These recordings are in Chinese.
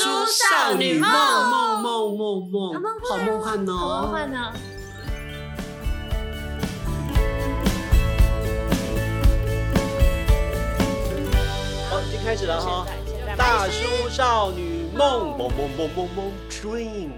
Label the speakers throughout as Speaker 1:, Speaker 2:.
Speaker 1: 少女梦
Speaker 2: 梦梦梦梦
Speaker 1: 梦
Speaker 2: 好梦幻
Speaker 1: 好梦
Speaker 2: 哦！
Speaker 1: 幻呢？
Speaker 2: 好，已经开始了哈，
Speaker 1: 现在
Speaker 2: 大叔少女梦梦梦梦梦梦 dream，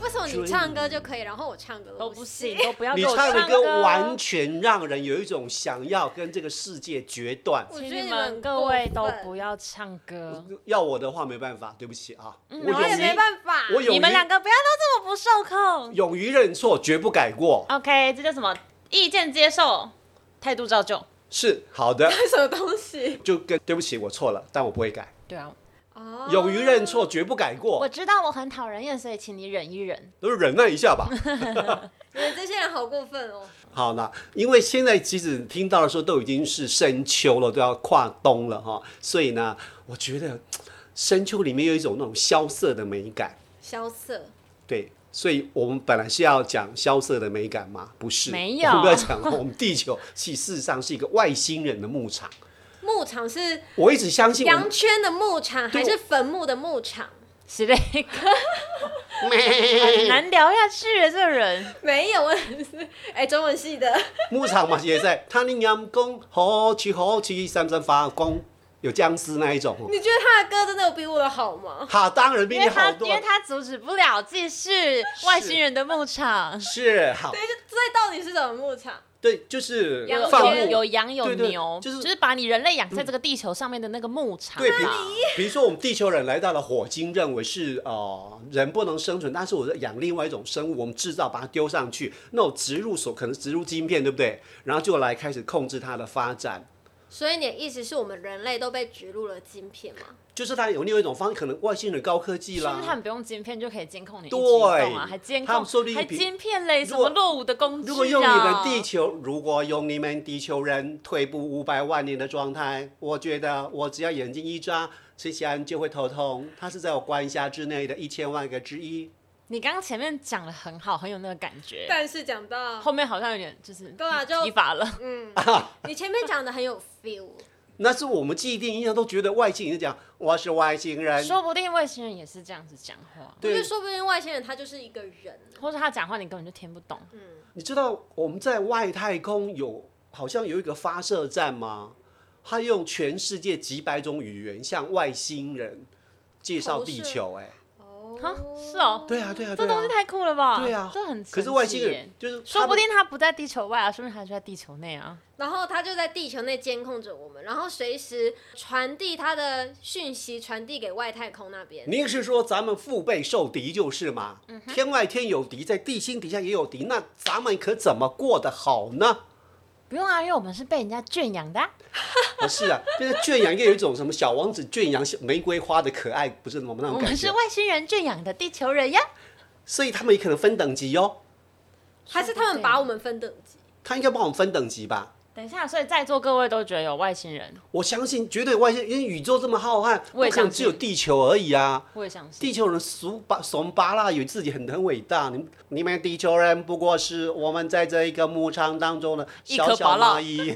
Speaker 3: 为什么你唱歌就可以，然后我唱歌
Speaker 1: 都不行，？都不要
Speaker 2: 你
Speaker 1: 给我
Speaker 2: 唱的歌
Speaker 1: 歌
Speaker 2: 完全让人有一种想要跟这个世界决断。
Speaker 3: 我觉
Speaker 1: 请
Speaker 3: 得
Speaker 1: 你
Speaker 3: 你
Speaker 1: 们
Speaker 3: 们
Speaker 1: 各位
Speaker 3: 过
Speaker 1: 都
Speaker 3: 分
Speaker 1: 不要唱歌，
Speaker 2: 要我的话没办法，对不起啊，
Speaker 1: 嗯
Speaker 2: 我
Speaker 3: 我也
Speaker 2: 勇
Speaker 3: 没
Speaker 2: 于
Speaker 3: 办法。
Speaker 2: 我勇于
Speaker 1: 你们两个不要都这么不受控。
Speaker 2: 勇于认错，绝不改过，
Speaker 1: OK，这叫什么？意见接受，态度照旧。
Speaker 2: 是好的，
Speaker 3: 什么东西？
Speaker 2: 就跟对不起，我错了，但我不会改，
Speaker 1: 对啊，
Speaker 3: 哦
Speaker 2: 勇于认。错，绝不改
Speaker 1: 我
Speaker 2: 过，
Speaker 1: 知道我很讨人厌，所以请你忍一忍。
Speaker 2: 都是忍耐一下 吧。
Speaker 3: 你们这些人好过分哦！
Speaker 2: 好啦，因为现在即使听到的时候都已经是深秋了，都要跨冬了哈，所以呢，我觉得深秋里面有一种那种萧瑟的美感，
Speaker 3: 萧瑟，
Speaker 2: 对。所以我们本来是要讲萧瑟的美感嘛，不是？
Speaker 1: 没有
Speaker 2: 我们不要讲哦了。我们地球其实事实上是一个外星人的牧场。
Speaker 3: 牧场是
Speaker 2: 我一直相信我们
Speaker 3: 羊圈的牧场还是坟墓的牧场？
Speaker 1: 是的，很 难聊下去了，这 个人。
Speaker 3: 没有，我只是哎，中文系的。
Speaker 2: 牧场嘛也在，他的阳公吼起吼起，闪闪发光，有僵尸那一种哦。
Speaker 3: 你觉得他的歌真的有比我的好吗？
Speaker 2: 好，当然比
Speaker 1: 因
Speaker 2: 你
Speaker 1: 为他
Speaker 2: 好
Speaker 1: 因
Speaker 2: 多
Speaker 1: 为他阻止不了继续外星人的牧场，
Speaker 2: 是好，
Speaker 3: 这哎这到底是什么牧场？
Speaker 2: 对，就是呃
Speaker 3: 羊
Speaker 1: 有
Speaker 2: 放
Speaker 3: 圈
Speaker 2: 牧
Speaker 1: 有羊有
Speaker 2: 对对
Speaker 1: 牛，
Speaker 2: 就是
Speaker 1: 把你人类养在这个地球上面的那个牧场
Speaker 2: 对，比
Speaker 1: 啊。
Speaker 2: 比如说我们地球人来到了火星，认为是呃人不能生存，但是我在养另外一种生物，我们制造把它丢上去，那种植入所可能植入晶片，对不对？然后就来开始控制它的发展。
Speaker 3: 所以你的意思是我们人类都被植入了晶片吗？就是
Speaker 2: 它有另外一种方，可能外星人高科技
Speaker 1: 是
Speaker 2: 啦
Speaker 1: 不是，他们不用晶片就可以监控你一
Speaker 2: 对
Speaker 1: 举一动啊？还监
Speaker 2: 他
Speaker 1: 控
Speaker 2: 们说不定，
Speaker 1: 还
Speaker 2: 比
Speaker 1: 晶片类什
Speaker 2: 如
Speaker 1: 么
Speaker 2: 果
Speaker 1: 落伍的工具、啊？
Speaker 2: 如果用你们地球，如果用你们地球人退步五百万年的状态，我觉得我只要眼睛一眨，吃起来就会头痛。它是在我管辖之内的一千万个之一。
Speaker 1: 你刚刚前面讲的很好，很有那个感觉，
Speaker 3: 但是讲到
Speaker 1: 后面好像有点就是
Speaker 3: 对啊就
Speaker 1: 疲乏了。
Speaker 3: 嗯，你前面讲的很有 feel，
Speaker 2: 那是我们既定印象都觉得外星人讲我是外星人，
Speaker 1: 说不定外星人也是这样子讲话，
Speaker 3: 就
Speaker 2: 对
Speaker 3: 是，说不定外星人他就是一个人。
Speaker 1: 或者他讲话你根本就听不懂。
Speaker 3: 嗯，
Speaker 2: 你知道我们在外太空有好像有一个发射站吗？他用全世界几百种语言向外星人介绍地球、哎，
Speaker 3: 哦
Speaker 1: 哈是哦
Speaker 2: 对啊，对啊，
Speaker 1: 这
Speaker 2: 对啊
Speaker 1: 东西太酷了吧？
Speaker 2: 对啊
Speaker 1: 这很
Speaker 2: 可是
Speaker 1: 神
Speaker 2: 外
Speaker 1: 奇
Speaker 2: 星人
Speaker 1: 耶。
Speaker 2: 就是他
Speaker 1: 说
Speaker 2: 们
Speaker 1: 不定他不在地球外啊，说不定他就在地球内啊。
Speaker 3: 然后他就在地球内监控着我们，然后随时传递他的讯息，传递给外太空那边。
Speaker 2: 您是说咱们腹背受敌就是嘛？
Speaker 1: 嗯
Speaker 2: 天外天有敌，在地心底下也有敌，那咱们可怎么过得好呢？
Speaker 1: 不用啊，因为我们是被人家圈养的啊、
Speaker 2: 不是啊，就是圈养，又有一种什么小王子圈养小玫瑰花的可爱，不是我们那
Speaker 1: 我
Speaker 2: 种
Speaker 1: 们
Speaker 2: 感
Speaker 1: 是
Speaker 2: 觉。
Speaker 1: 外星人圈养的地球人呀。
Speaker 2: 所以他们也可能分等级哦，
Speaker 3: 还是他们把我们分等级？
Speaker 2: 他应该帮我们分等级吧？
Speaker 1: 等一下，所以在座各位都觉得有外星人，
Speaker 2: 我相信绝对外星，因为宇宙这么浩瀚，不
Speaker 1: 我也
Speaker 2: 可能
Speaker 1: 相
Speaker 2: 只有
Speaker 1: 信
Speaker 2: 地球而已啊。
Speaker 1: 我也相信。
Speaker 2: 地球人俗巴怂巴拉，以为自己很很伟大。你你们地球人不过是我们在这一个牧场当中的
Speaker 1: 一颗
Speaker 2: 小小
Speaker 1: 芭乐
Speaker 2: 蚂蚁，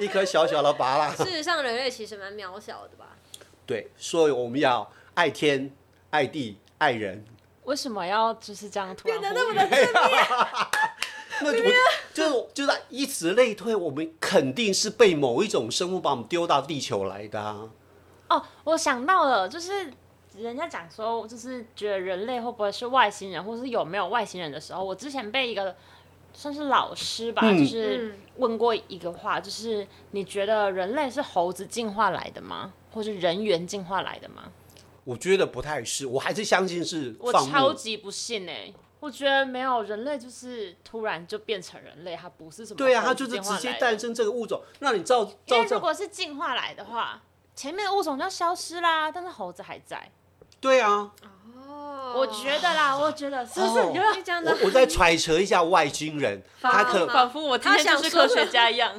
Speaker 2: 一颗小小的拔拉。
Speaker 3: 事实上，人类其实蛮渺小的吧？
Speaker 2: 对，所以我们要爱天、爱地、爱人。
Speaker 1: 为什么要就是这样突然
Speaker 3: 变得
Speaker 1: 呼
Speaker 3: 那么
Speaker 1: 吁？
Speaker 3: 的
Speaker 2: 那我就是就是以此类推，我们肯定是被某一种生物把我们丢到地球来的、啊。
Speaker 1: 哦，我想到了，就是人家讲说，就是觉得人类会不会是外星人，或是有没有外星人的时候，我之前被一个算是老师吧，
Speaker 2: 嗯
Speaker 1: 就是
Speaker 3: 嗯
Speaker 1: 问过一个话，就是你觉得人类是猴子进化来的吗？或是人猿进化来的吗？
Speaker 2: 我觉得不太是，我还是相信是
Speaker 1: 我
Speaker 2: 放
Speaker 1: 超
Speaker 2: 牧。
Speaker 1: 级不信哎、我觉得没有人类就是突然就变成人类，它不是什么
Speaker 2: 对啊，
Speaker 1: 猴
Speaker 2: 它
Speaker 1: 子
Speaker 2: 就是
Speaker 1: 进化
Speaker 2: 直接
Speaker 1: 来的
Speaker 2: 诞生这个物种，让你照
Speaker 1: 因
Speaker 2: 照
Speaker 1: 为如
Speaker 2: 照。
Speaker 1: 果是进化来的话，前面的物种就消失啦，但是猴子还在。
Speaker 2: 对啊，
Speaker 3: 哦
Speaker 1: 我觉得啦，我觉得是不是？
Speaker 2: 哦
Speaker 1: 你就
Speaker 3: 你讲的
Speaker 2: 我我再揣测一下外星人，他可
Speaker 3: 好
Speaker 1: 仿佛我今天就是科学家一样。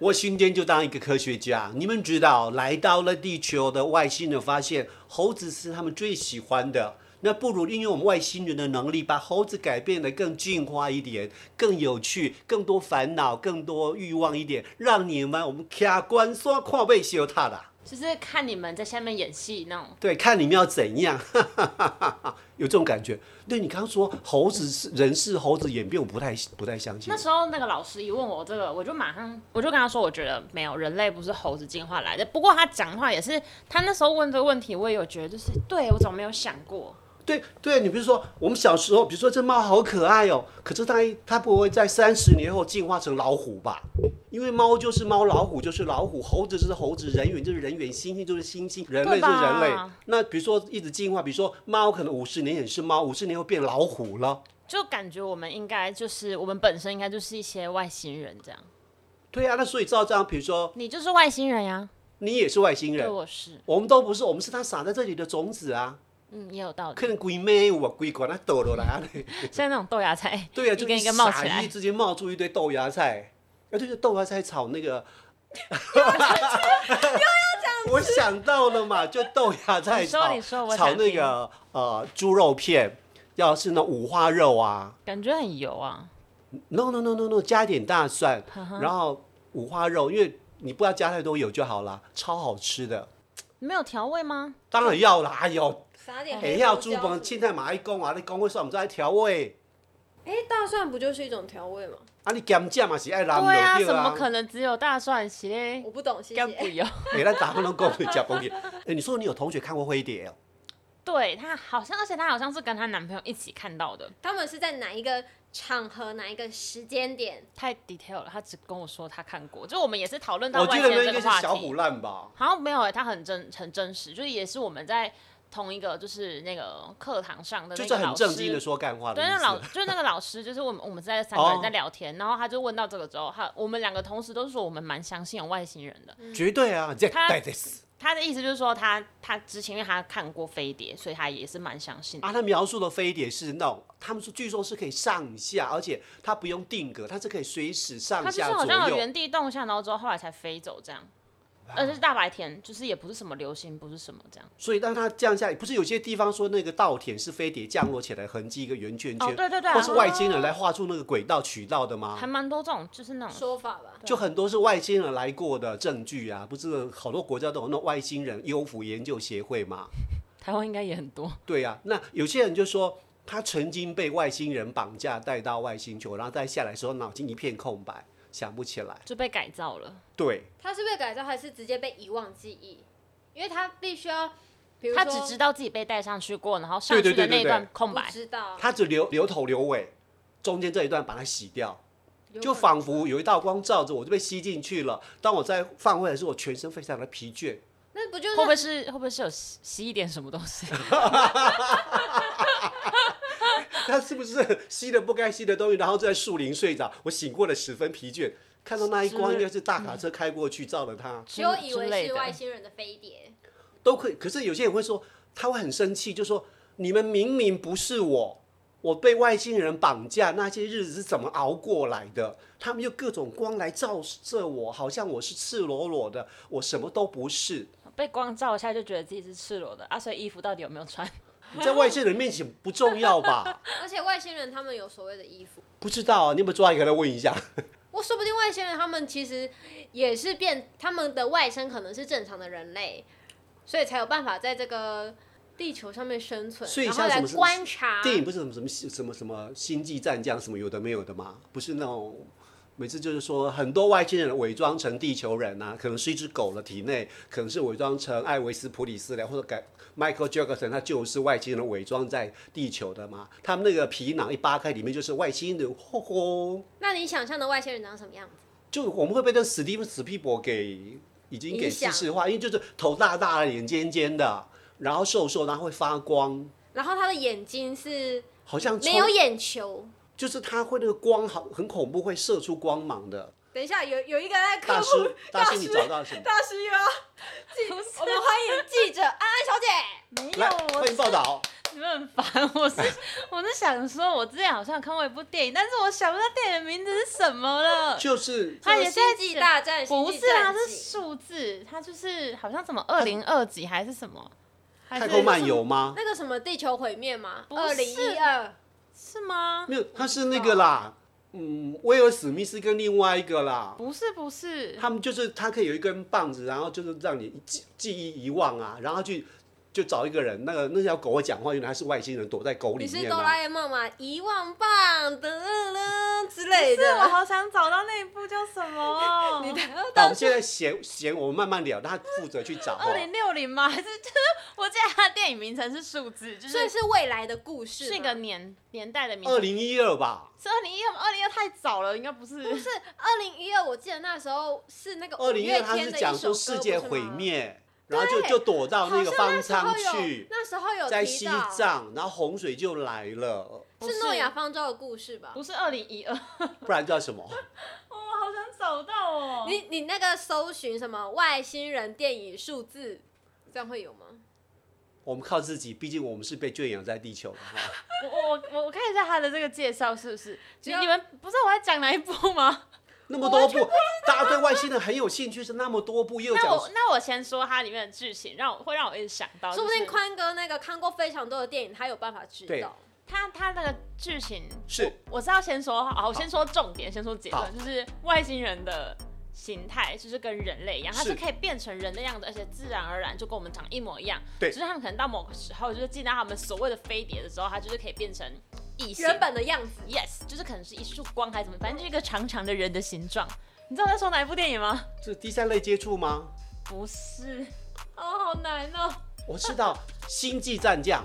Speaker 2: 我今天就当一个科学家。你们知道，来到了地球的外星人发现猴子是他们最喜欢的，那不如利用我们外星人的能力，把猴子改变得更进化一点，更有趣，更多烦恼，更多欲望一点，让你们我们卡关刷跨背修他的。
Speaker 1: 就是看你们在下面演戏那种。
Speaker 2: 对，看你们要怎样， 有这种感觉。对你刚刚说猴子是人是猴子演变，我不太不太相信
Speaker 1: 那。时候那个老师一问我这个，我就马上我就跟他说，我觉得没有人类不是猴子进化来的。不过他讲话也是，他那时候问这个问题，我也有觉得就是对我怎么没有想过？
Speaker 2: 对对，你比如说我们小时候，比如说这猫好可爱哦，可是它它不会在三十年后进化成老虎吧？因为猫就是猫，老虎就是老虎，猴子就是猴子，人猿就是人猿，猩猩就是猩猩，人类
Speaker 1: 对
Speaker 2: 就
Speaker 1: 吧
Speaker 2: 是人类。那比如说一直进化，比如说猫可能五十年也是猫，五十年后变老虎了。
Speaker 1: 就感觉我们应该就是我们本身应该就是一些外星人这样。
Speaker 2: 对啊，那所以照这样，比如说
Speaker 1: 你就是外星人呀？
Speaker 2: 你也是外星
Speaker 1: 对，
Speaker 2: 人，
Speaker 1: 我是，
Speaker 2: 我们都不是，我们是它撒在这里的种子啊。
Speaker 1: 嗯，也有道理。
Speaker 2: 可能鬼妹我鬼管它抖落来啊。
Speaker 1: 像那种豆芽菜，
Speaker 2: 对啊，
Speaker 1: 一
Speaker 2: 就
Speaker 1: 根
Speaker 2: 是
Speaker 1: 一根冒起
Speaker 2: 撒一
Speaker 1: 来，
Speaker 2: 之间冒出一堆豆芽菜，啊，就是豆芽菜炒那个。我想到了嘛，就豆芽菜
Speaker 1: 你说
Speaker 2: 炒
Speaker 1: 你说我
Speaker 2: 炒
Speaker 1: 想
Speaker 2: 那
Speaker 1: 听
Speaker 2: 个呃猪肉片，要是那五花肉啊
Speaker 1: 感觉很油啊。
Speaker 2: ，no no no no no，加一点大蒜，
Speaker 1: 嗯
Speaker 2: 然后五花肉，因为你不要加太多油就好啦，超好吃的。
Speaker 1: 没有调味吗？
Speaker 2: 当然要啦，哎呦，
Speaker 3: 撒点
Speaker 2: 哎
Speaker 3: 黑
Speaker 2: 呀，
Speaker 3: 胡
Speaker 2: 猪棚
Speaker 3: 椒。
Speaker 2: 现在马一公啊，你讲会算我们在调味，
Speaker 3: 哎，大蒜不就是一种调味吗？
Speaker 2: 啊你咸酱嘛是爱辣
Speaker 1: 对啊，怎么可能只有大蒜系列
Speaker 3: 我不懂，谢
Speaker 1: 干不
Speaker 3: 谢。
Speaker 1: 油？
Speaker 2: 哎、咱打扮都够假崩点。哎、你说你有同学看过灰蝶哦？
Speaker 1: 对她好像，而且她好像是跟她男朋友一起看到的，
Speaker 3: 他们是在哪一个场合、哪一个时间点？
Speaker 1: 太 detail 了。她只跟我说她看过，就我们也是讨论到
Speaker 2: 我
Speaker 1: 外
Speaker 2: 觉
Speaker 1: 星
Speaker 2: 得那
Speaker 1: 人
Speaker 2: 应该
Speaker 1: 这个
Speaker 2: 是
Speaker 1: 话
Speaker 2: 小虎
Speaker 1: 题，
Speaker 2: 烂吧。
Speaker 1: 好像没有、欸，她很真很真实，就是也是我们在同一个就是那个课堂上的
Speaker 2: 就
Speaker 1: 那
Speaker 2: 是
Speaker 1: 个老
Speaker 2: 很
Speaker 1: 师
Speaker 2: 正经的说干话的
Speaker 1: 对，
Speaker 2: 意
Speaker 1: 那老
Speaker 2: 思。啊
Speaker 1: 就是那个老师，就是我们我们在三个
Speaker 2: 哦
Speaker 1: 人在聊天，然后他就问到这个之后，他我们两个同时都说我们蛮相信有外星人的。
Speaker 2: 绝对啊，这
Speaker 1: 他
Speaker 2: 对对是
Speaker 1: 他的意思就是说他他之前因为他看过飞碟，所以他也是蛮相信的。
Speaker 2: 啊，他描述的飞碟是那种，他们说据说是可以上下，而且它不用定格，它是可以随时上
Speaker 1: 他就是
Speaker 2: 下
Speaker 1: 好
Speaker 2: 左
Speaker 1: 像有
Speaker 2: 右。
Speaker 1: 原地动一下，然后之后后来才飞走这样，而且是大白天，就是也不是什么流星，不是什么这样。
Speaker 2: 所以当它降下来，不是有些地方说那个稻田是飞碟降落起来的痕迹一个圆圈圈，
Speaker 1: 哦对对对啊
Speaker 2: 或是外星人来画出那个轨道渠道的吗
Speaker 1: 还？蛮多这种，就是那种
Speaker 3: 说法吧。
Speaker 2: 就很多是外星人来过的证据啊，不是好多国家都有那种外星人优抚研究协会嘛？
Speaker 1: 台湾应该也很多。
Speaker 2: 对呀、那有些人就说他曾经被外星人绑架带到外星球，然后再下来的时候脑筋一片空白，想不起来。
Speaker 1: 就被改造了，
Speaker 2: 对，
Speaker 3: 他是被改造，还是直接被遗忘记忆？因为他必须要，比如
Speaker 1: 他
Speaker 3: 说
Speaker 1: 只知道自己被带上去过，然后上
Speaker 2: 对
Speaker 1: 去
Speaker 2: 对对
Speaker 1: 的
Speaker 2: 对
Speaker 1: 那一段
Speaker 2: 对
Speaker 1: 空
Speaker 3: 不
Speaker 1: 白，
Speaker 3: 知道，
Speaker 2: 他只留留头留尾，中间这一段把它洗掉，
Speaker 3: 有
Speaker 2: 就
Speaker 3: 可能
Speaker 2: 仿佛有一道光照着我就被吸进去了。当我在放回来的时候，我全身非常的疲倦。
Speaker 3: 那不
Speaker 1: 会不
Speaker 3: 就
Speaker 1: 会
Speaker 3: 是
Speaker 1: 是会不会是有吸吸一点什么东西？
Speaker 2: 他是不是吸了不该吸的东西，然后就在树林睡着？我醒过了，十分疲倦。看到那一光，
Speaker 1: 是
Speaker 2: 应该是大卡车开过去照了他。
Speaker 1: 之
Speaker 3: 就以
Speaker 1: 之
Speaker 3: 为
Speaker 1: 类
Speaker 3: 是
Speaker 1: 的
Speaker 3: 外星人的飞碟？
Speaker 2: 都可以。可是有些人会说，他会很生气，就说你们明明不是我，我被外星人绑架，那些日子是怎么熬过来的？他们用各种光来照射我，好像我是赤裸裸的，我什么都不是。
Speaker 1: 被光照一下就觉得自己是赤裸的啊，所以衣服到底有没有穿？
Speaker 2: 你在外星人面前不重要吧？
Speaker 3: 而且外星人他们有所谓的衣服，
Speaker 2: 不知道啊，你有没有抓一个来问一下？
Speaker 3: 我说不定外星人他们其实也是变，他们的外身可能是正常的人类，所以才有办法在这个地球上面生存，
Speaker 2: 所以
Speaker 3: 然后
Speaker 2: 像什
Speaker 3: 来
Speaker 2: 么是
Speaker 3: 观察。
Speaker 2: 电影不是什么什么什么什么星际战将什么有的没有的吗？不是那种每次就是说很多外星人伪装成地球人啊，可能是一只狗的体内，可能是伪装成艾维斯普里斯的，或者改 Michael Jackson，他就是外星人伪装在地球的嘛。他们那个皮囊一扒开，里面就是外星人，吼吼！
Speaker 3: 那你想象的外星人长什么样子？
Speaker 2: 就我们会被这史蒂夫史皮博给已经给
Speaker 3: 影
Speaker 2: 知
Speaker 3: 响
Speaker 2: 识化，因为就是头大大的，脸尖尖的，然后瘦瘦，然后会发光，
Speaker 3: 然后他的眼睛是
Speaker 2: 好像
Speaker 3: 没
Speaker 2: 抽
Speaker 3: 有眼球。
Speaker 2: 就是它会那个光好很恐怖，会射出光芒的。
Speaker 3: 等一下，有有一个在科
Speaker 2: 大
Speaker 3: 普
Speaker 2: 叔，大叔，你找到 什么？
Speaker 3: 大师又要记，我们欢哦迎记者安安小姐。
Speaker 1: 没
Speaker 2: 来，
Speaker 1: 有，我
Speaker 2: 欢迎报道。
Speaker 1: 你们很烦。 我是我是想说，我之前好像有看过一部电影，但是我想不到电影的名字是什么了。
Speaker 2: 就是
Speaker 1: 他也
Speaker 3: 是
Speaker 1: 在
Speaker 3: 星际大战，
Speaker 1: 不
Speaker 3: 星
Speaker 1: 是
Speaker 3: 际战
Speaker 1: 啊，
Speaker 3: 记
Speaker 1: 是数字，它就是好像什么二零二几还是什么，还
Speaker 2: 太
Speaker 1: 是
Speaker 2: 空漫游吗？
Speaker 3: 那个什么地球毁灭吗？
Speaker 1: 不是
Speaker 3: 二零一二，
Speaker 1: 是吗？
Speaker 2: 没有，它是那个啦。嗯，威尔史密斯跟另外一个啦，
Speaker 1: 不是不是，
Speaker 2: 他们就是他可以有一根棒子，然后就是让你记记忆遗忘啊，然后去就找一个人，那个那条狗会讲话，原来是外星人躲在狗
Speaker 3: 你
Speaker 2: 里
Speaker 3: 是
Speaker 2: 面
Speaker 3: 哆
Speaker 2: 啊。
Speaker 3: 啦 A 梦嘛？遗忘棒的之类
Speaker 1: 是我
Speaker 3: 的。
Speaker 1: 好想找到那一部叫什么哦
Speaker 3: 你？的
Speaker 2: 好，我们现在闲闲，我们慢慢聊，让他负责去找哦。
Speaker 1: 二零六零吗？还是就是我记得它的电影名称是数字，就
Speaker 3: 所以
Speaker 1: 是
Speaker 3: 是未来的故事吗，
Speaker 1: 是一个年年代的名
Speaker 2: 二
Speaker 1: 称。
Speaker 2: 零一二吧，
Speaker 1: 是二零一吗？二零一太早了，应该不是。
Speaker 3: 不是二零一二，我记得那时候是那个
Speaker 2: 二
Speaker 3: 五
Speaker 2: 零一
Speaker 3: 月
Speaker 2: 二他
Speaker 3: 天
Speaker 2: 是
Speaker 3: 的
Speaker 2: 讲
Speaker 3: 一首
Speaker 2: 说
Speaker 3: 歌，
Speaker 2: 世界毁
Speaker 3: 不是吗。
Speaker 2: 灭，然后就
Speaker 3: 对
Speaker 2: 就躲到
Speaker 3: 好
Speaker 2: 那个
Speaker 3: 像
Speaker 2: 方
Speaker 3: 那时候
Speaker 2: 舱
Speaker 3: 有
Speaker 2: 去，
Speaker 3: 那时候有
Speaker 2: 在
Speaker 3: 提
Speaker 2: 西
Speaker 3: 到
Speaker 2: 藏，然后洪水就来了，
Speaker 1: 不
Speaker 3: 是
Speaker 1: 是
Speaker 3: 诺亚方舟的故事吧？
Speaker 1: 不是二零一 二，
Speaker 2: 不然叫什么？
Speaker 1: 我好想找到哦
Speaker 3: 你你那个搜寻什么外星人电影数字，这样会有吗？
Speaker 2: 我们靠自己，毕竟我们是被圈养在地球的哈。
Speaker 1: 我我我我看一下他的这个介绍是不是？
Speaker 3: 只
Speaker 1: 你
Speaker 3: 要
Speaker 1: 你们不知道我在讲哪一部吗？
Speaker 2: 那么多部，大家对外星人很有兴趣，是那么多部，又
Speaker 1: 那
Speaker 2: 讲
Speaker 1: 我那我先说它里面的剧情，让我会让我一直想到，
Speaker 3: 说不定
Speaker 1: 就是
Speaker 3: 宽哥那个看过非常多的电影，他有办法知
Speaker 2: 对
Speaker 3: 道。
Speaker 1: 他他那个剧情
Speaker 2: 是
Speaker 1: 我是要先说好，我先说重点，先说结
Speaker 2: 好
Speaker 1: 论，就是外星人的形态就是跟人类一样，它
Speaker 2: 是
Speaker 1: 是可以变成人的样子，而且自然而然就跟我们长一模一样。
Speaker 2: 对
Speaker 1: 就是他们可能到某个时候，就是进到他们所谓的飞碟的时候，它就是可以变成异形。
Speaker 3: 原本的样子，
Speaker 1: yes，就是可能是一束光还是什么，反正就是一个长长的人的形状。你知道我在说哪一部电影吗？
Speaker 2: 是第三类接触吗？
Speaker 1: 不是，哦，好难哦。
Speaker 2: 我知道《星际战将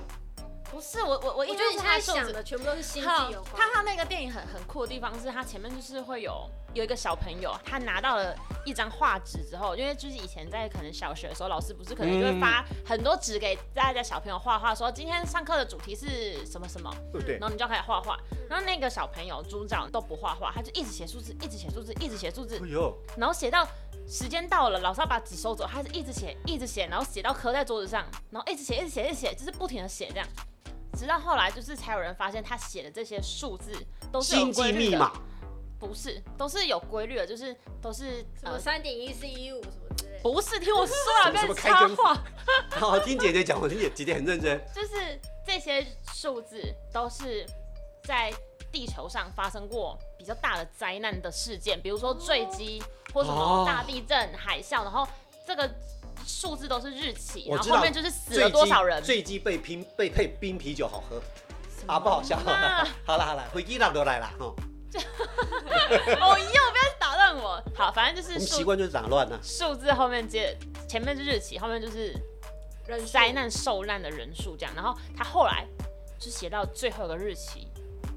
Speaker 1: 不是我我我
Speaker 3: 我
Speaker 1: 印
Speaker 3: 觉得
Speaker 1: 象
Speaker 3: 你
Speaker 1: 中
Speaker 3: 现
Speaker 1: 它
Speaker 3: 在
Speaker 1: 的瘦子
Speaker 3: 想的全部都是星
Speaker 1: 好
Speaker 3: 际有关
Speaker 1: 他。他那个电影很很酷的地方是，他前面就是会有有一个小朋友，他拿到了一张画纸之后，因为就是以前在可能小学的时候，老师不是可能就会发
Speaker 3: 嗯
Speaker 1: 很多纸给大家小朋友画画，说今天上课的主题是什么什么，》，
Speaker 2: 对不对
Speaker 3: 嗯
Speaker 1: 然？后你就要开始画画。然后那个小朋友组长都不画画，他就一直写数字，一直写数字，一直写数字
Speaker 2: 哎，呦，
Speaker 1: 然后写到时间到了，老师要把纸收走，他是一直写，一直写，然后写到磕在桌子上，然后一直写，一直写，一直写，就是不停的写这样，直到后来就是才有人发现他写的这些数字都是有
Speaker 2: 星
Speaker 1: 规
Speaker 2: 际
Speaker 1: 律
Speaker 2: 密
Speaker 1: 的，
Speaker 2: 码
Speaker 1: 不是，都是有规律的，就是都是
Speaker 3: 什么
Speaker 1: 呃，
Speaker 3: 三点一四一五什么之类的。
Speaker 1: 不是，听我说
Speaker 2: 什么
Speaker 1: 啊，不要
Speaker 2: 什么
Speaker 1: 一直
Speaker 2: 开
Speaker 1: 插
Speaker 2: 根
Speaker 1: 话，
Speaker 2: 好，听姐姐讲，我听姐姐姐很认真。
Speaker 1: 就是这些数字都是在地球上发生过比较大的灾难的事件，比如说坠机或什么
Speaker 2: 哦
Speaker 1: 大地震、海啸，然后这个数字都是日期，
Speaker 2: 我
Speaker 1: 然
Speaker 2: 知
Speaker 1: 后
Speaker 2: 道
Speaker 1: 后面就是死了多少人。
Speaker 2: 醉鸡被拼被配冰啤酒好喝啊，
Speaker 1: 么
Speaker 2: 不好笑。好
Speaker 1: 啊
Speaker 2: 了好了好了，回伊朗都来了哈。
Speaker 1: 哦哟，不要打断我。好，反正就
Speaker 2: 我
Speaker 1: 是
Speaker 2: 们习
Speaker 1: 数
Speaker 2: 惯就是打乱了。
Speaker 1: 数字后面接前面是日期，后面就是
Speaker 3: 人数
Speaker 1: 灾难受难的人数这样。然后他后来就写到最后一个日期，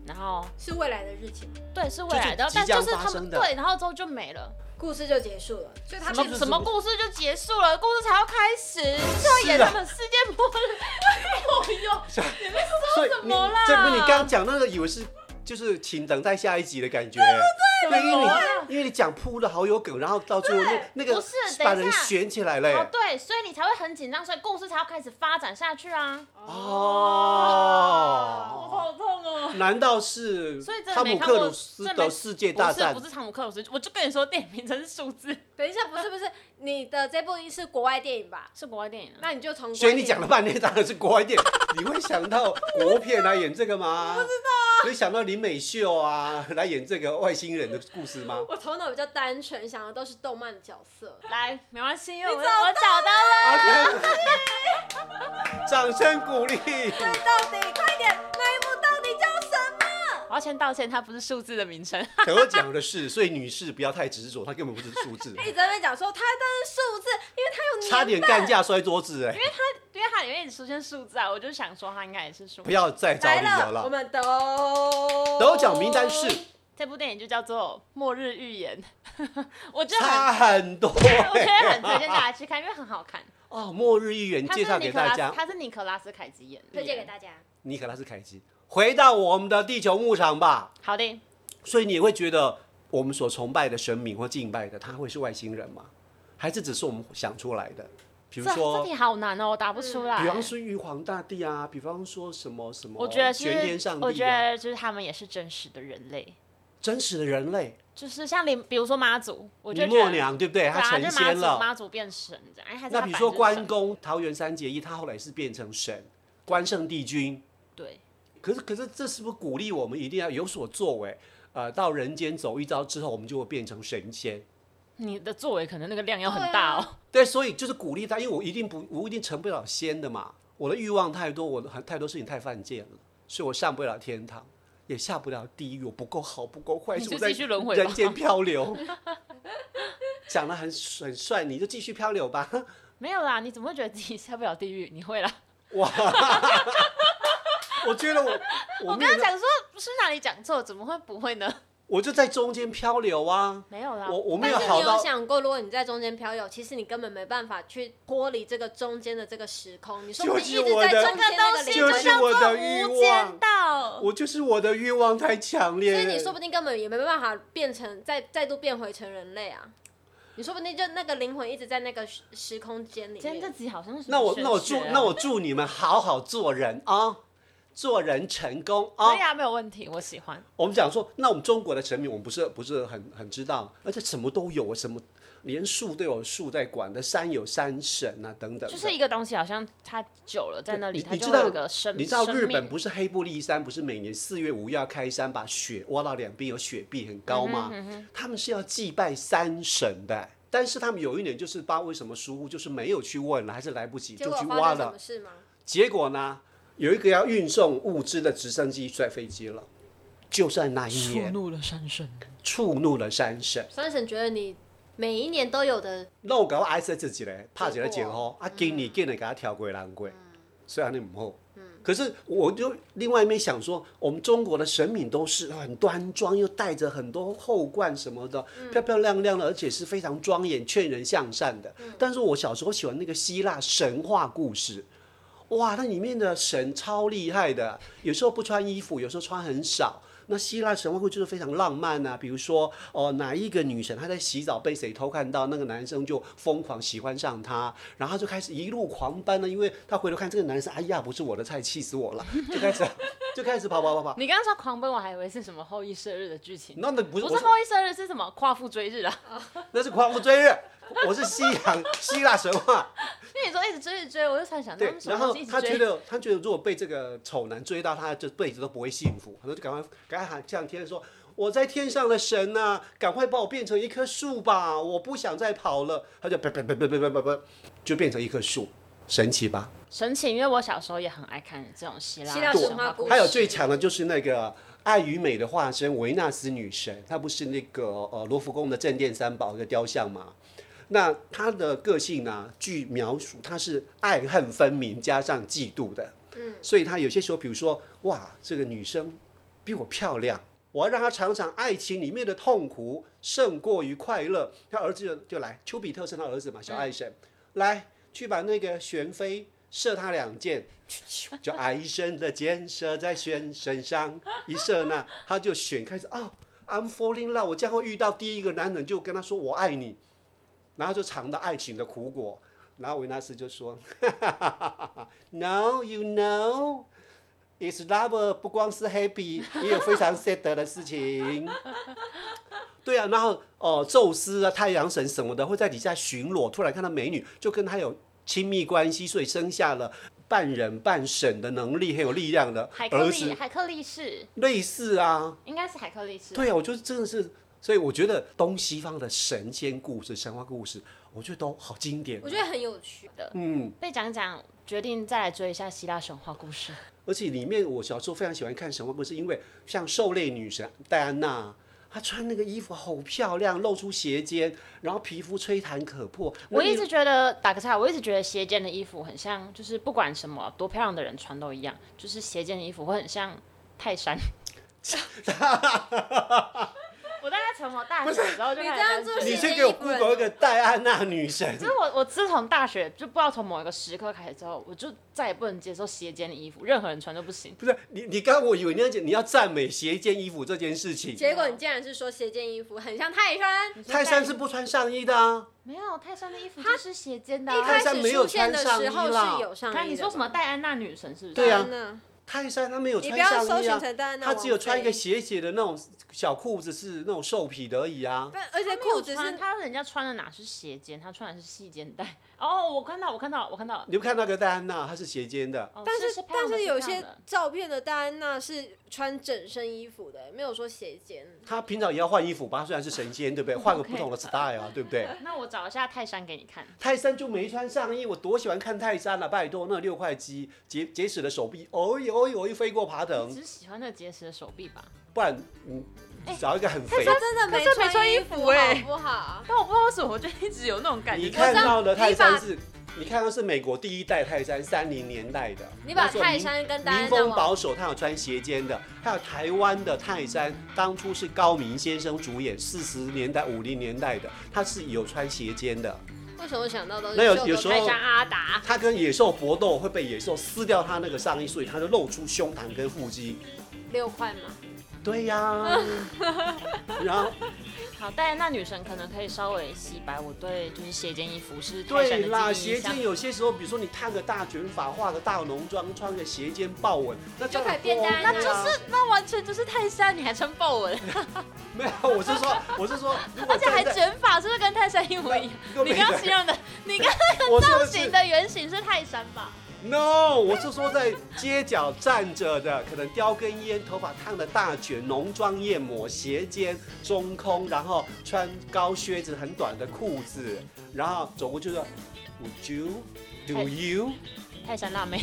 Speaker 1: 然后
Speaker 3: 是未来的日期，
Speaker 1: 对是未来的，
Speaker 2: 就是
Speaker 1: 但
Speaker 2: 即将
Speaker 1: 就是他
Speaker 2: 发
Speaker 1: 们
Speaker 2: 生的
Speaker 1: 对，然后之后就没了。
Speaker 3: 故事就结束了。所以他
Speaker 1: 什
Speaker 3: 们
Speaker 1: 么什么故事就结束了，故事才要开始，就是要演
Speaker 2: 是啊
Speaker 1: 他们世界末 日。哎呦，
Speaker 2: 所以
Speaker 1: 什
Speaker 2: 你
Speaker 1: 么啦
Speaker 2: 这不是你刚讲那个，以为是就是请等待下一集的感觉。对因为你因为你讲铺的好有梗，然后到最后那那个
Speaker 1: 啊不是等一下
Speaker 2: 把人悬起来
Speaker 1: 哦
Speaker 2: 嘞。
Speaker 1: 对，所以你才会很紧张，所以故事才要开始发展下去啊。
Speaker 2: 哦，
Speaker 1: 痛哦！
Speaker 2: 难道是
Speaker 1: 所以真的
Speaker 2: 汤
Speaker 1: 没
Speaker 2: 姆
Speaker 1: 看
Speaker 2: 克
Speaker 1: 过
Speaker 2: 鲁斯
Speaker 1: 真的
Speaker 2: 的
Speaker 1: 没
Speaker 2: 世界
Speaker 1: 不
Speaker 2: 大
Speaker 1: 是
Speaker 2: 战
Speaker 1: 不？是汤姆克鲁斯，我就跟你说，电影名称是 数字，
Speaker 3: 等一下，不是不是，你的这部是国外电影吧？
Speaker 1: 是国外电影啊。
Speaker 3: 那你就从国
Speaker 2: 所以
Speaker 3: 外
Speaker 2: 你
Speaker 3: 电
Speaker 2: 讲
Speaker 3: 影
Speaker 2: 了半天，当然是国外 电影。你会想到国片来演这个吗？不知道啊。会想到林美秀啊来演这个外星人的故事吗？
Speaker 3: 我头脑比较单纯，想的都是动漫角色。
Speaker 1: 来，没关系，我我找到了。
Speaker 2: OK 掌声鼓励。
Speaker 3: 到底快点，那一幕到底叫什么？
Speaker 1: 我要先道歉，它不是数字的名称。
Speaker 2: 得奖的是，所以女士不要太执着，她根本不是数字，
Speaker 3: 一直在那边讲说它都是数字，因为它有年
Speaker 2: 差点干架摔桌子哎、
Speaker 1: 因为它里面一直出现数字啊，我就想说它应该也是数
Speaker 2: 不
Speaker 1: 字。
Speaker 2: 要再找
Speaker 3: 来
Speaker 2: 理由
Speaker 3: 了，我
Speaker 2: 了。
Speaker 3: 们都
Speaker 2: 得奖名单是
Speaker 1: 这部电影就叫做《末日预言》， 我觉得很
Speaker 2: 差很多、
Speaker 1: 我觉
Speaker 2: 欸。
Speaker 1: 得很推荐大家去看，因为很好看。
Speaker 2: 哦，《末日预言》
Speaker 1: 他
Speaker 2: 介
Speaker 1: 是
Speaker 2: 绍
Speaker 1: 尼
Speaker 2: 给
Speaker 1: 克拉
Speaker 2: 大
Speaker 1: 斯，
Speaker 2: 家，
Speaker 1: 他是尼克拉斯凯奇演的。
Speaker 3: 推荐给大家。
Speaker 2: 尼可拉斯凯奇。回到我们的地球牧场吧，
Speaker 1: 好的，
Speaker 2: 所以你也会觉得我们所崇拜的神明或敬拜的，他会是外星人吗？还是只是我们想出来的？比如
Speaker 1: 这这
Speaker 2: 说，
Speaker 1: 题好难哦，我答不出来。
Speaker 2: 比方说玉皇大帝啊，比方说什么什么，
Speaker 1: 我觉得是
Speaker 2: 玄天上
Speaker 1: 我
Speaker 2: 帝、
Speaker 1: 觉
Speaker 2: 啊，
Speaker 1: 得就是他们也是真实的人类，
Speaker 2: 真实的人类，
Speaker 1: 就是像林，比如说妈祖，我
Speaker 2: 林
Speaker 1: 就
Speaker 2: 默
Speaker 1: 觉得。
Speaker 2: 娘对不对？
Speaker 1: 对
Speaker 2: 她
Speaker 1: 啊，
Speaker 2: 成
Speaker 1: 就妈
Speaker 2: 仙
Speaker 1: 祖，
Speaker 2: 了。
Speaker 1: 妈祖变神这样，哎，还是
Speaker 2: 那
Speaker 1: 她
Speaker 2: 比如说
Speaker 1: 本来
Speaker 2: 关
Speaker 1: 就是神
Speaker 2: 公，桃园三结义，他后来是变成神，关圣帝君。
Speaker 1: 对，
Speaker 2: 可是，可是这是不是鼓励我们一定要有所作为？呃到人间走一遭之后，我们就会变成神仙。
Speaker 1: 你的作为可能那个量要很大
Speaker 3: 对啊
Speaker 1: 哦。
Speaker 2: 对，所以就是鼓励他，因为我一定不，我一定成不了仙的嘛。我的欲望太多，我的太多事情太犯贱了，所以我上不了天堂，也下不了地狱。我不够好，不够坏，
Speaker 1: 你
Speaker 2: 所以
Speaker 1: 就
Speaker 2: 我在
Speaker 1: 继续轮回吧
Speaker 2: 人间漂 流。讲的很很帅，你就继续漂流 吧。
Speaker 1: 没有啦，你怎么会觉得自己下不了地狱？你会啦。
Speaker 2: 哇，我觉得我我
Speaker 1: 我
Speaker 2: 没
Speaker 1: 刚
Speaker 2: 有那，
Speaker 1: 刚讲说是哪里讲错，怎么会不会呢？
Speaker 2: 我就在中间漂流啊。
Speaker 1: 没有啦，
Speaker 2: 我我没
Speaker 3: 但
Speaker 2: 有
Speaker 3: 是
Speaker 2: 好
Speaker 3: 你有
Speaker 2: 到
Speaker 3: 想过，如果你在中间漂流，其实你根本没办法去脱离这个中间的这个时空，你说不定
Speaker 2: 就是
Speaker 3: 一直
Speaker 2: 我
Speaker 3: 在
Speaker 2: 的
Speaker 3: 中间那个
Speaker 2: 西
Speaker 3: 连
Speaker 2: 就
Speaker 3: 接
Speaker 2: 是我的欲望
Speaker 1: 道
Speaker 2: 我就是我的欲望太强烈
Speaker 3: 所
Speaker 2: 了。
Speaker 3: 以你说不定根本也没办法变成再再度变回成人类啊！你说不定就那个灵魂一直在那个时时空间里
Speaker 1: 今天这
Speaker 3: 面。
Speaker 1: 集好像是
Speaker 2: 那我
Speaker 1: 玄学
Speaker 2: 那我祝
Speaker 1: 啊
Speaker 2: 那我祝你们好好做人啊、做人成功啊、
Speaker 1: 可以啊，没有问题，我喜欢。
Speaker 2: 我们讲说，那我们中国的神明，我们不是不是很很知道，而且什么都有，什么连树都有树在管的，山有山神啊等等的。
Speaker 1: 就是一个东西，好像它久了在那里，
Speaker 2: 你
Speaker 1: 它
Speaker 2: 你
Speaker 1: 就
Speaker 2: 知
Speaker 1: 会有
Speaker 2: 道
Speaker 1: 一个生，
Speaker 2: 你知道
Speaker 1: 生
Speaker 2: 日本
Speaker 1: 命
Speaker 2: 不是黑布利山，不是每年四月五月要开山，把雪挖到两边有雪壁很高吗？
Speaker 3: 嗯
Speaker 2: 他们是要祭拜山神的，但是他们有一年就是不知道为什么疏忽，就是没有去问了，还是来不及
Speaker 3: 结
Speaker 2: 就
Speaker 3: 果
Speaker 2: 去
Speaker 3: 发
Speaker 2: 挖
Speaker 3: 生什
Speaker 2: 了
Speaker 3: 么。事吗？
Speaker 2: 结果呢，有一个要运送物资的直升机摔飞机了，就在那一年
Speaker 1: 怒了山神。
Speaker 2: 触怒了山神。
Speaker 3: 山神觉得你每一年都有的，
Speaker 2: 那我搞我挨死自己嘞，怕一个
Speaker 3: 结
Speaker 2: 前
Speaker 3: 果嗯
Speaker 2: 后，啊，今年竟然给他跳过人过，虽然你唔好。
Speaker 3: 嗯
Speaker 2: 可是我就另外一面想说，我们中国的神明都是很端庄，又带着很多后冠什么的，
Speaker 3: 嗯
Speaker 2: 漂漂亮亮的，而且是非常庄严、劝人向善的。
Speaker 3: 嗯
Speaker 2: 但是我小时候喜欢那个希腊神话故事，哇，那里面的神超厉害的，有时候不穿衣服，有时候穿很少。那希腊神话故事就是非常浪漫啊，比如说哦，哪一个女神她在洗澡被谁偷看到，那个男生就疯狂喜欢上她，然后她就开始一路狂奔啊了，因为她回头看这个男生，哎呀，不是我的菜，气死我了， 就开始就开始跑跑跑跑。
Speaker 1: 你刚刚说狂奔，我还以为是什么后羿射日的剧情。
Speaker 2: 那那不是我
Speaker 1: 不是
Speaker 2: 是
Speaker 1: 后羿射日，是什么夸父追日啊？
Speaker 2: 那是狂风追日，我是西洋 希腊神话。
Speaker 1: 因 为你说一直追一直追，我就突然想到他
Speaker 2: 对
Speaker 1: 们，什么
Speaker 2: 然
Speaker 1: 东
Speaker 2: 后
Speaker 1: 西一直
Speaker 2: 他觉
Speaker 1: 追。
Speaker 2: 得他觉得如果被这个丑男追到，他这辈子都不会幸福，他就赶快赶快喊向天说：“我在天上的神呐、赶快把我变成一棵树吧，我不想再跑了。”他就啪啪啪啪啪啪啪，就变成一棵树，神奇吧？
Speaker 1: 神奇，因为我小时候也很爱看这种希腊
Speaker 3: 希腊
Speaker 1: 神
Speaker 3: 神
Speaker 1: 话
Speaker 3: 话
Speaker 1: 故
Speaker 3: 故
Speaker 1: 事
Speaker 2: 还
Speaker 3: 事。
Speaker 2: 有最强的就是那个爱与美的化身维纳斯女神，她不是那个呃罗浮宫的正殿三宝一个雕像吗？那她的个性呢、啊据描述她是爱恨分明加上嫉妒的，嗯，所以她有些时候，比如说哇，这个女生比我漂亮。我要让她尝尝爱情里面的痛苦胜过于快乐。她儿子就就来，丘比特是他儿子嘛，小爱神，来去把那个玄飞射他两箭，就爱神的箭射在轩身上，一射呢，他就选开始哦，I'm falling in love，我将会遇到第一个男人，就跟他说我爱你，然后就尝到爱情的苦果，然后维纳斯就说，No, you know。It's love 不光是 happy，也有非常 sad 的事情。对啊，然后哦、宙斯啊、太阳神什么的会在底下巡逻，突然看到美女，就跟他有亲密关系，所以生下了半人半神的能力，很有力量的
Speaker 1: 海克
Speaker 2: 儿
Speaker 1: 力，
Speaker 2: 子，
Speaker 1: 海克力士
Speaker 2: 类似啊。
Speaker 1: 应该是海克力士。
Speaker 2: 对啊，我觉得真的是，所以我觉得东西方的神仙故事、神话故事，我觉得都好经典
Speaker 3: 我。觉得很有趣，
Speaker 2: 嗯，
Speaker 1: 被讲一讲，决定再来追一下希腊神话故事。
Speaker 2: 而且里面我小时候非常喜欢看神话故事，因为像狩猎女神戴安娜，她穿那个衣服好漂亮，露出斜肩，然后皮肤吹弹可破。
Speaker 1: 我
Speaker 2: 那
Speaker 1: 一
Speaker 2: 你
Speaker 1: 直觉得打个岔，我一直觉得斜肩的衣服很像，就是不管什么多漂亮的人穿都一样，就是斜肩的衣服会很像泰山。 我大概从我大学的时候就
Speaker 3: 你
Speaker 1: 开始
Speaker 3: 这样
Speaker 1: 关注
Speaker 3: 做
Speaker 2: 你
Speaker 3: 斜
Speaker 2: 去
Speaker 3: 肩
Speaker 2: 给我
Speaker 3: 衣服人
Speaker 2: Google 一个戴安娜女神
Speaker 1: 就。是我，我自从大学就不知道从某一个时刻开始之后，我就再也不能接受斜肩的衣服，任何人穿都不行。
Speaker 2: 不是你，你刚刚我以为你要讲你要赞美斜肩衣服这件事情。
Speaker 3: 结果你竟然是说斜肩衣服很像泰山，
Speaker 2: 泰山是不穿上衣的啊，
Speaker 1: 没有泰山的衣服就是斜肩的、
Speaker 3: 一
Speaker 1: 啊。
Speaker 3: 开
Speaker 2: 泰山
Speaker 3: 始
Speaker 2: 没有
Speaker 3: 出现
Speaker 2: 穿
Speaker 3: 的
Speaker 2: 上
Speaker 3: 时候
Speaker 2: 衣啦
Speaker 3: 是有上衣的吧。
Speaker 1: 看你说什么戴安娜女神是不是？
Speaker 2: 对啊
Speaker 3: 真的
Speaker 2: 泰山他没有
Speaker 4: 你不
Speaker 2: 穿
Speaker 4: 要
Speaker 2: 上
Speaker 4: 搜
Speaker 2: 衣
Speaker 4: 寻
Speaker 2: 啊，
Speaker 4: 成戴安娜
Speaker 2: 他
Speaker 4: 王妃，
Speaker 2: 只有
Speaker 3: 哦
Speaker 2: 穿一个斜斜的那种小裤子，是那种兽皮的而已啊。
Speaker 4: 不，而且
Speaker 1: 他没有
Speaker 4: 裤子
Speaker 1: 穿
Speaker 4: 是
Speaker 1: 他人家穿的哪是斜肩，他穿的是细肩带。哦，我看到，我看到，我看到了。
Speaker 2: 你有没有看那个戴安娜，她是斜肩的，
Speaker 1: 哦
Speaker 4: 但
Speaker 1: 是
Speaker 4: 是
Speaker 1: 漂
Speaker 4: 但
Speaker 1: 亮的
Speaker 4: 是有
Speaker 1: 漂亮
Speaker 4: 些
Speaker 1: 的
Speaker 4: 照片的戴安娜是穿整身衣服的，没有说斜肩。
Speaker 2: 她平常也要换衣服吧？虽然是神仙，对不对？换个不同的 style 啊，对不对？
Speaker 1: 那我找一下泰山给你看。
Speaker 2: 泰山就没穿上衣，我多喜欢看泰山啊！拜托，那六块肌结结实的手臂，哦呦哦呦，哦呦飞过爬
Speaker 1: 你
Speaker 2: 藤
Speaker 1: 只，是喜欢那结实的手臂吧？
Speaker 2: 不然嗯，找一个很
Speaker 3: 哎
Speaker 2: 肥。
Speaker 4: 他真的
Speaker 1: 可是没穿
Speaker 4: 衣
Speaker 1: 衣服欸
Speaker 4: 好不好？
Speaker 1: 但我不知道为什么，我就一直有那种感觉。
Speaker 2: 你
Speaker 1: 就是
Speaker 2: 看到的泰山
Speaker 4: 你把
Speaker 2: 是，你看到是美国第一代泰山，三零年代的。
Speaker 3: 你把
Speaker 2: 那时候民
Speaker 3: 泰山跟戴安
Speaker 2: 民
Speaker 3: 娜
Speaker 2: 风
Speaker 3: 王
Speaker 2: 保守，他有穿斜肩的，还有台湾的泰山，当初是高明先生主演，四十年代、五零年代的，他是有穿斜肩的。
Speaker 3: 为什么想到都是
Speaker 2: 那有
Speaker 3: 秀
Speaker 2: 有
Speaker 3: 跟
Speaker 2: 时
Speaker 3: 泰
Speaker 2: 候
Speaker 3: 山阿达？
Speaker 2: 他跟野兽搏斗会被野兽撕掉他那个上衣，所以他就露出胸膛跟腹肌。
Speaker 3: 六块嘛，
Speaker 2: 对呀、 然后
Speaker 1: 好，戴安娜女神可能可以稍微洗白我对就是斜肩衣服是泰山
Speaker 2: 对啦，
Speaker 1: 的记忆
Speaker 2: 斜
Speaker 1: 印象
Speaker 2: 肩。有些时候，比如说你烫个大卷发，化个大浓妆，穿个斜肩豹纹，那
Speaker 3: 就
Speaker 2: 当然
Speaker 3: 可以变
Speaker 2: 不 OK
Speaker 3: 戴安娜
Speaker 2: 啊
Speaker 1: 那就是那完全就是泰山，你还穿 豹纹，
Speaker 2: 没有，我是说，我是说，如果
Speaker 1: 而且还
Speaker 2: 站在
Speaker 1: 卷发，是不是跟泰山一 模一样？
Speaker 2: 跟
Speaker 1: 你刚
Speaker 2: 美
Speaker 1: 刚
Speaker 2: 国
Speaker 1: 形容的，你刚
Speaker 2: 我说
Speaker 1: 造
Speaker 2: 的是
Speaker 1: 型的原型是泰山吧？
Speaker 2: No，我是说在街角站着的，可能叼根烟，头发烫的大卷，浓妆艳抹，斜肩中空，然后穿高靴子、很短的裤子，然后走过去说，Would you? Do you?
Speaker 1: 泰山辣妹。